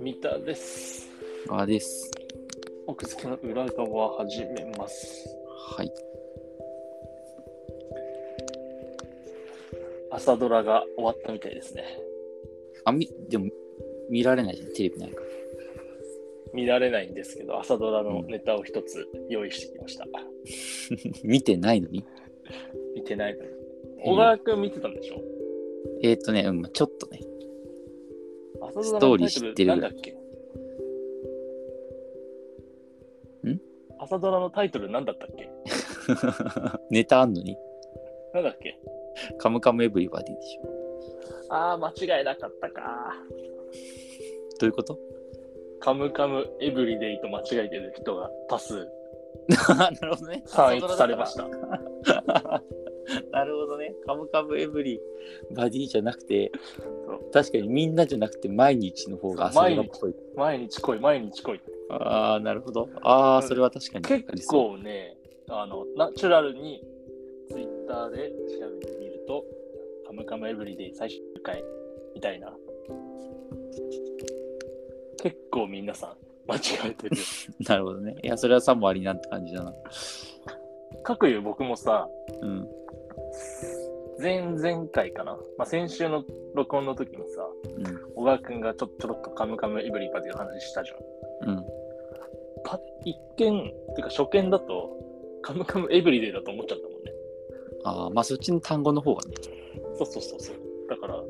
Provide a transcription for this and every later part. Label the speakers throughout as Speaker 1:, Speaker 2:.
Speaker 1: 三田です。
Speaker 2: あです。
Speaker 1: 奥付けの裏側始めます。
Speaker 2: はい。
Speaker 1: 朝ドラが終わったみたいですね。
Speaker 2: あ、み、でも、見られないじゃん、テレビないか
Speaker 1: 見られないんですけど、朝ドラのネタを一つ用意してきました。
Speaker 2: ら。見てないのに。
Speaker 1: 見てないのに。小川くん見てたんでしょ
Speaker 2: えっ、ー、とね、うん、まあちょっとね。
Speaker 1: 朝
Speaker 2: ス
Speaker 1: ド
Speaker 2: ト
Speaker 1: ラ
Speaker 2: ーリ
Speaker 1: のタイト
Speaker 2: ー知
Speaker 1: ル
Speaker 2: ってる
Speaker 1: なん
Speaker 2: ぐ
Speaker 1: だ
Speaker 2: ら
Speaker 1: っ
Speaker 2: い
Speaker 1: け
Speaker 2: ん
Speaker 1: 朝ドラのタイトルなんだったっけ
Speaker 2: ネタあんのに。
Speaker 1: なんだっけ
Speaker 2: カムカムエブリバディでしょ。
Speaker 1: ああ、間違いなかったか。
Speaker 2: どういうこと
Speaker 1: カムカムエブリデイと間違えてる人が多数
Speaker 2: なるほどね。
Speaker 1: 散逸されました。
Speaker 2: なるほどね。カムカムエブリバディじゃなくて
Speaker 1: そう、
Speaker 2: 確かにみんなじゃなくて毎日の方が朝ドラっぽい。
Speaker 1: 毎日来い、毎日来い。
Speaker 2: ああ、なるほど。ああ、それは確かに。
Speaker 1: 結。構ね、あの、ナチュラルにツイッターで調べてみると、カムカムエブリデイ最終回みたいな。結構皆さん間違えてる。
Speaker 2: なるほどね。いや、それはさもありなんて感じだな。
Speaker 1: かくいう僕もさ、
Speaker 2: うん。
Speaker 1: 前々回かな、まあ、先週の録音の時にさ、
Speaker 2: うん。
Speaker 1: 小川くんがちょちょろっとカムカムエブリバディの話したじゃん。
Speaker 2: うん。
Speaker 1: パ一見、っていうか初見だと、カムカムエブリデイだと思っちゃったもんね。
Speaker 2: ああ、まあそっちの単語の方がね。
Speaker 1: そうそうそうそう。だから、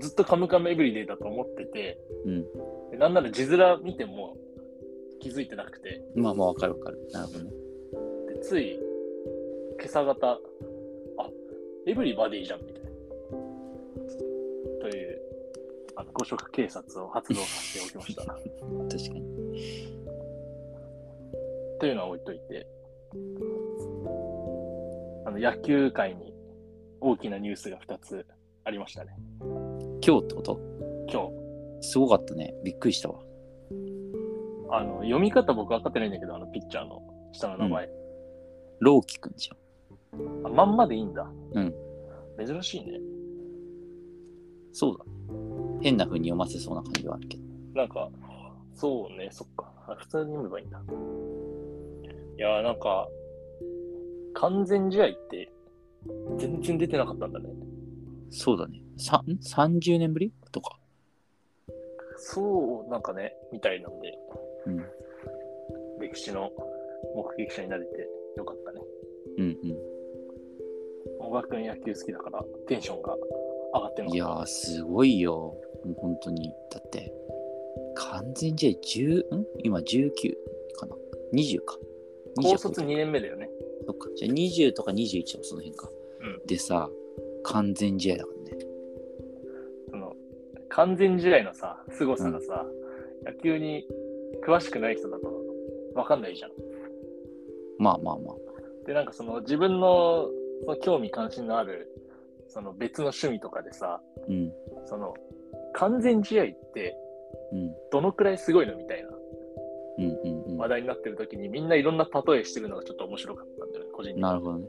Speaker 1: ずっとカムカムエブリデイだと思ってて、
Speaker 2: うん。
Speaker 1: でなんなら字面見ても気づいてなくて、
Speaker 2: まあまあわかるわかる。なるほどね。
Speaker 1: でつい今朝方、あエブリバディじゃんみたいな。という、あの誤色警察を発動させておきま した。
Speaker 2: 確かに。
Speaker 1: というのは置いといて、あの野球界に大きなニュースが2つありましたね、
Speaker 2: 今日ってこと
Speaker 1: 今日。
Speaker 2: すごかったね。びっくりしたわ。
Speaker 1: あの読み方僕分かってないんだけど、あのピッチャーの下の名前。
Speaker 2: ローキくんじゃん。
Speaker 1: あまんまでいいんだ。
Speaker 2: うん。
Speaker 1: 珍しいね。
Speaker 2: そうだ。変な風に読ませそうな感じはあるけど。
Speaker 1: なんか、そうね、そっか。あ普通に読めばいいんだ。いやーなんか、完全試合って、全然出てなかったんだね。
Speaker 2: そうだね。さん ?30 年ぶりとか。
Speaker 1: そう、なんかね、みたいなんで、
Speaker 2: うん。
Speaker 1: 歴史の目撃者になれてよかったね。
Speaker 2: うん
Speaker 1: 小川君野球好きだから、テンションが上がってる
Speaker 2: うん。
Speaker 1: の
Speaker 2: いやー、すごいよ。もう本当に。だって、完全試合10、ん今19かな。20か。20
Speaker 1: 高卒2年目だよね。
Speaker 2: そっか。じゃあ20とか21とかその辺か。
Speaker 1: う
Speaker 2: でさ、完全試合だからね。
Speaker 1: その、完全試合のさ、凄さがさ、野球に詳しくない人だと分かんないじゃん。
Speaker 2: まあまあまあ。
Speaker 1: で、なんかその自分のその興味関心のある、その別の趣味とかでさ、
Speaker 2: うん。
Speaker 1: その完全試合って
Speaker 2: うん。
Speaker 1: どのくらいすごいのみたいな
Speaker 2: うんうん
Speaker 1: 話題になってる時にみんないろんな例えしてるのがちょっと面白かったんだよね、個人的
Speaker 2: うん。
Speaker 1: に。
Speaker 2: なるほどね。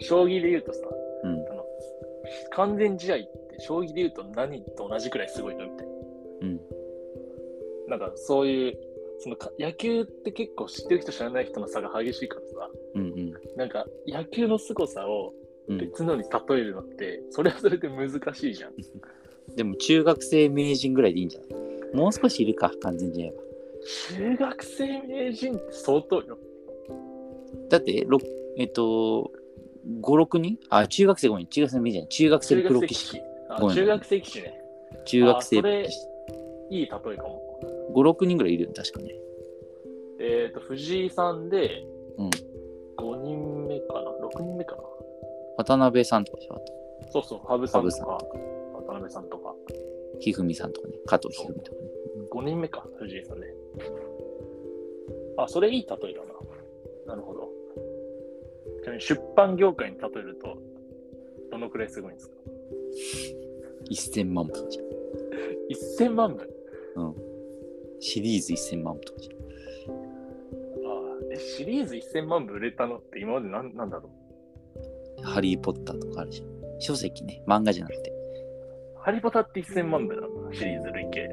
Speaker 1: 将棋で言うとさ、
Speaker 2: うん。
Speaker 1: 完全試合って将棋で言うと何と同じくらいすごいのみたい
Speaker 2: うん。
Speaker 1: な。なんかそういう、そのか野球って結構知ってる人知らない人の差が激しいからさ、
Speaker 2: うんうん。
Speaker 1: なんか野球の凄さを
Speaker 2: うん、
Speaker 1: 別のに例えるのって、それはそれで難しいじゃん。
Speaker 2: でも中学生名人ぐらいでいいんじゃないもう少しいるか、完全試合は。
Speaker 1: 中学生名人って相当よ。
Speaker 2: だって、ろえっと、5、6人あ、中学生ごめん、中学生名人じゃない中学生
Speaker 1: 中
Speaker 2: プロ
Speaker 1: 学生
Speaker 2: 棋
Speaker 1: 棋
Speaker 2: 士
Speaker 1: 士。。あ
Speaker 2: ごめん
Speaker 1: 中学生棋士ね。
Speaker 2: 中学生
Speaker 1: あそ
Speaker 2: プロ
Speaker 1: れ
Speaker 2: 棋士。
Speaker 1: いい例えかも。
Speaker 2: 5、6人ぐらいいるよね、確かね。
Speaker 1: えっ、と、藤井さんで、
Speaker 2: うん
Speaker 1: 5人目かな ?6 人目かな
Speaker 2: 渡辺さんとかでしょ、あと
Speaker 1: そうそう、羽生さん
Speaker 2: 羽
Speaker 1: と
Speaker 2: 生さん
Speaker 1: か、渡辺さんとか、
Speaker 2: ひふみさんとかね、加藤ひふみとかね。
Speaker 1: 5人目か、藤井さんね。あ、それいい例えだな。なるほど。ちなみに出版業界に例えると、どのくらいすごいんですか
Speaker 2: 1000万部とかじゃん。
Speaker 1: ?1000 万部。
Speaker 2: シリーズ1000万部とかじゃん。
Speaker 1: あーえシリーズ1000万部売れたのって今までなんなんだろう
Speaker 2: ハリー・ポッターとかあるじゃん。書籍ね、漫画じゃなくて。
Speaker 1: ハリポタって1000万部なのシリーズ累計。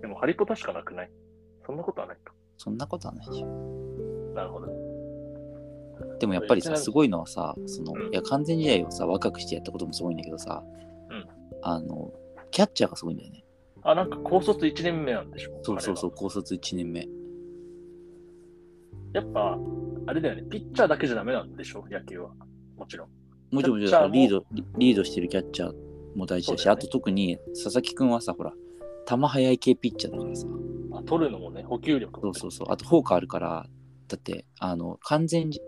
Speaker 1: でもハリポタしかなくないそんなことはないか。
Speaker 2: そんなことはないでしょ。
Speaker 1: なるほど。
Speaker 2: でもやっぱりさ、すごいのはさ、その
Speaker 1: うん、
Speaker 2: いや、完全試合をさ、若くしてやったこともすごいんだけどさ、
Speaker 1: うん
Speaker 2: あの、キャッチャーがすごいんだよね。
Speaker 1: あ、なんか高卒1年目なんでしょ
Speaker 2: そうそうそう、
Speaker 1: 彼は
Speaker 2: 高卒1年目。
Speaker 1: やっぱ、あれだよね、ピッチャーだけじゃダメなんでしょ野球は。もちろん。
Speaker 2: もちろん、
Speaker 1: キャッ
Speaker 2: もち
Speaker 1: チャーも
Speaker 2: ろんリード、リリードしてるキャッチャーも大事だ
Speaker 1: そ
Speaker 2: し、
Speaker 1: うだよ
Speaker 2: あ
Speaker 1: ね
Speaker 2: と特に佐々木くんはさ、ほら、球速い系ピッチャーだからさ、
Speaker 1: あ取るのもね、補給力
Speaker 2: そ
Speaker 1: も
Speaker 2: うそうそう、あとフォークあるから、だって、あの、完全じ、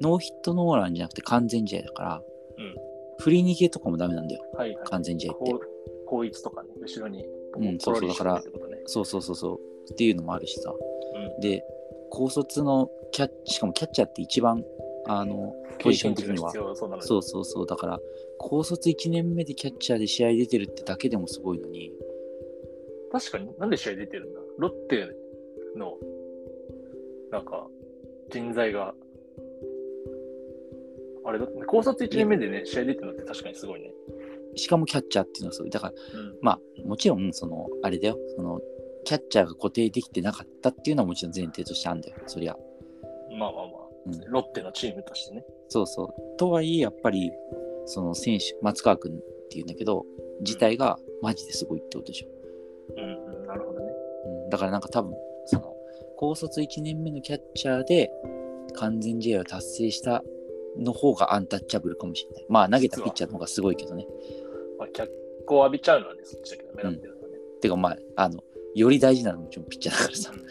Speaker 2: ノーヒットノーランじゃなくて完全試合だから、
Speaker 1: うん
Speaker 2: 振り逃げとかもダメなんだよ、
Speaker 1: はいはい。
Speaker 2: 完全試合って。
Speaker 1: こう後逸とかね、後ろに
Speaker 2: うんそうそう
Speaker 1: ポロリしてるってことね
Speaker 2: そうそうそうそう、っていうのもあるしさ、
Speaker 1: うん
Speaker 2: で、高卒のキャッ、しかもキャッチャーって一番、あの、ポジション的には
Speaker 1: 経験値が必、要そうなのに
Speaker 2: そうそうそう、だから、高卒1年目でキャッチャーで試合出てるってだけでもすごいのに、
Speaker 1: 確かに、なんで試合出てるんだロッテの、なんか、人材が、あれだってね高卒1年目でね、試合出てるのって確かにすごいね。
Speaker 2: しかもキャッチャーっていうのはすごい。だから、
Speaker 1: うん
Speaker 2: まあ、もちろん、その、あれだよ、その、キャッチャーが固定できてなかったっていうのはもちろん前提としてあるんだよ、そりゃ。
Speaker 1: まあまあまあ、
Speaker 2: うん
Speaker 1: ロッテのチームとしてね。
Speaker 2: そうそう。とはいえ、やっぱり、その選手、松川君っていうんだけど、自体がマジですごいってことでしょ。
Speaker 1: うん、うん、なるほどね。
Speaker 2: うん、だからなんか多分、その、高卒1年目のキャッチャーで完全試合を達成したの方がアンタッチャブルかもしれない。まあ、投げたピッチャーの方がすごいけどね。
Speaker 1: まあ、脚光を浴びちゃうのはね、そっちだけど、目立ってるのはね。
Speaker 2: てか、まあ、あの、より大事なのはもちろんピッチャーだからさ
Speaker 1: う、ん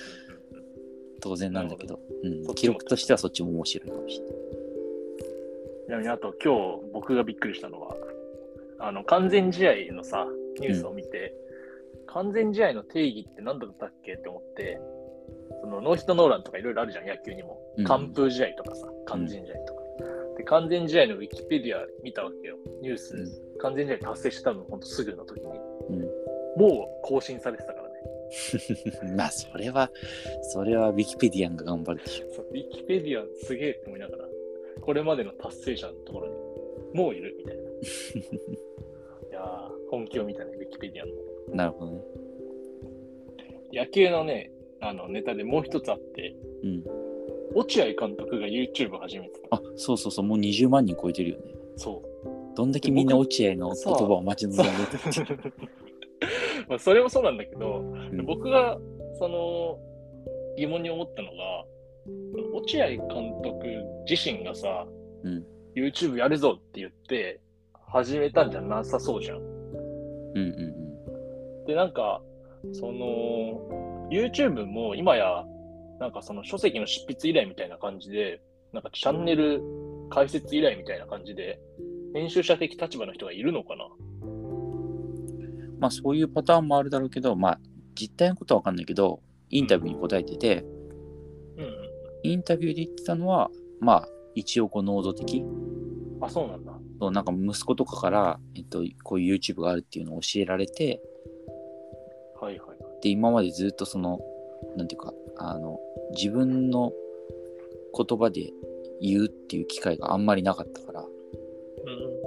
Speaker 2: 当然なんだけど、う
Speaker 1: そ
Speaker 2: ん、
Speaker 1: っちも
Speaker 2: 記録としてはそっちも面白いかもしれない。
Speaker 1: ちなみに、あと今日僕がびっくりしたのは、あの、完全試合のさ、ニュースを見て、完全試合の定義って何だったっけって思って、そのノーヒットノーランとかいろいろあるじゃん、野球にも
Speaker 2: うん。
Speaker 1: 完封試合とかさ、完全試合とか。で、完全試合のウィキペディア見たわけよ。ニュース、
Speaker 2: うん
Speaker 1: 完全試合達成したの、ほんとすぐの時に。
Speaker 2: うん
Speaker 1: もう更新されてたからね。
Speaker 2: まあ、それは、それはウィキペディアンが頑張るでしょ。
Speaker 1: そうウィキペディアすげえって思いながら、これまでの達成者のところに、もういるみたい な。いやー、本気を見たね、ウィキペディアの。
Speaker 2: なるほどね。
Speaker 1: 野球のね、あのネタでもう一つあって、
Speaker 2: うん。
Speaker 1: 落合監督が YouTube を始めてた。
Speaker 2: あ、そうそうそう、もう20万人超えてるよね。
Speaker 1: そう。
Speaker 2: どんだけみんな落合の言葉を待ち望んでる
Speaker 1: そう まあそれもそうなんだけど、
Speaker 2: うん
Speaker 1: 僕がその疑問に思ったのが、落合監督自身がさ、
Speaker 2: うん
Speaker 1: YouTube やるぞって言って始めたんじゃなさそうじゃん。
Speaker 2: うんうん
Speaker 1: で、なんか、その、YouTube も今や、なんかその書籍の執筆依頼みたいな感じで、なんかチャンネル解説依頼みたいな感じで、編集者的立場の人がいるのかな
Speaker 2: うん。まあ、そういうパターンもあるだろうけど、まあ、実態のことは分かんないけど、インタビューに答えてて、
Speaker 1: うん
Speaker 2: インタビューで言ってたのは、まあ、一応こう、能動的。
Speaker 1: うん。あ、そうなんだ。
Speaker 2: そうなんか息子とかから、えっと、こういう YouTube があるっていうのを教えられて、
Speaker 1: はいはいはい。
Speaker 2: で今までずっとそのなんていうかあの自分の言葉で言うっていう機会があんまりなかったから
Speaker 1: うん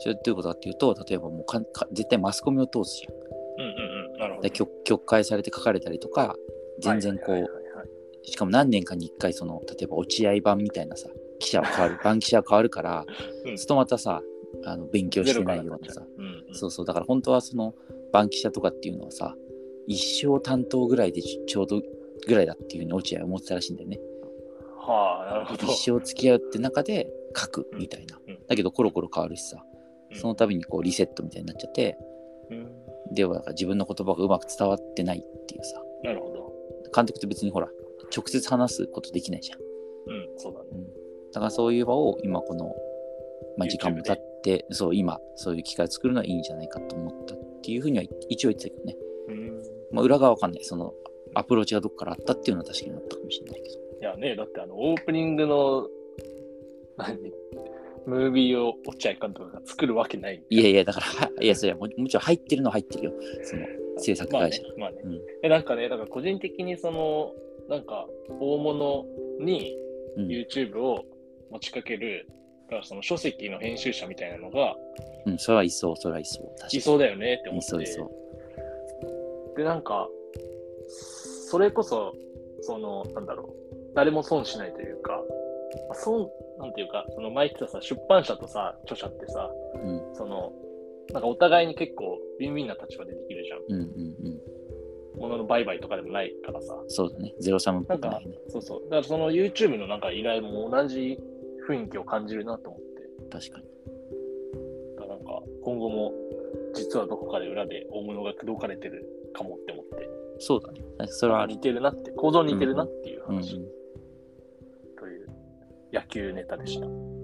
Speaker 2: それどういうことかっていうと例えばもうかか絶対マスコミを通すじゃん
Speaker 1: うんうんうん。なるほど。
Speaker 2: だ曲曲解されて書かれたりとか全然こ
Speaker 1: はいは
Speaker 2: う
Speaker 1: いはいはい
Speaker 2: しかも何年かに1回その例えば落合版みたいなさ記者は変 わる番記者は変わるから、
Speaker 1: うん
Speaker 2: ずっとまたさあの勉強してないようなさ
Speaker 1: うんうん
Speaker 2: そうそう、だから本当はその番記者とかっていうのはさ、一生担当ぐらいでちちょうどぐらいだっていうふうに落合は思ってたらしいんだよね。
Speaker 1: はあ、なるほど。
Speaker 2: 一生付き合うって中で書くみたいな。
Speaker 1: うんうん
Speaker 2: だけどコロコロ変わるしさ、その度にこうリセットみたいになっちゃって、
Speaker 1: うん、うん
Speaker 2: ではだから自分の言葉がうまく伝わってないっていうさ、
Speaker 1: なるほど。
Speaker 2: 監督って別にほら、直接話すことできないじゃん。
Speaker 1: うん、そうだね。
Speaker 2: だからそういう場を今この、まあ、時間も
Speaker 1: YouTube
Speaker 2: 経
Speaker 1: で
Speaker 2: って、そう今そういう機会を作るのはいいんじゃないかと思ったっていうふうには一応言ってたけどね。
Speaker 1: うん。
Speaker 2: まあ、裏側わかんない。そのアプローチがどっからあったっていうのは確かにあったかもしれないけど。
Speaker 1: いやね、だってあの、オープニングの、何ムービーを落合監督が作るわけない。
Speaker 2: いやいや、だから、 はいや、それはももちろん入ってるのは入ってるよ。その制作
Speaker 1: まあ
Speaker 2: 会
Speaker 1: ね
Speaker 2: 社。、
Speaker 1: まあね
Speaker 2: うん。
Speaker 1: え、なんかね、だから個人的にその、なんか、大物に
Speaker 2: うん
Speaker 1: YouTube を持ちかけるだからその書籍の編集者みたいなのが、
Speaker 2: うん、それはいそう、それはいそう。確かに
Speaker 1: いそうだよねって思っ
Speaker 2: い
Speaker 1: て
Speaker 2: そう、いそう。
Speaker 1: で、なんか、それこそ、その、なんだろう、誰も損しないというか、まあ損、なんていうか、その前言ってたさ、出版社とさ、著者ってさ、
Speaker 2: うん、
Speaker 1: その、なんかお互いに結構、ビンビンな立場でできるじゃん。
Speaker 2: うん、うん、うん。
Speaker 1: 物の売買とかでもないからさ。
Speaker 2: そうだね。ゼロサムっぽくないね。
Speaker 1: そうそう。だからその YouTube のなんか依頼も同じ雰囲気を感じるなと思って。
Speaker 2: 確かに。
Speaker 1: だからなんか今後も実はどこかで裏で大物が口説かれてるかもって思って。
Speaker 2: そうだね。それはあり。
Speaker 1: 似てるなって、構造似てるなっていう
Speaker 2: うん、
Speaker 1: 話という野球ネタでした。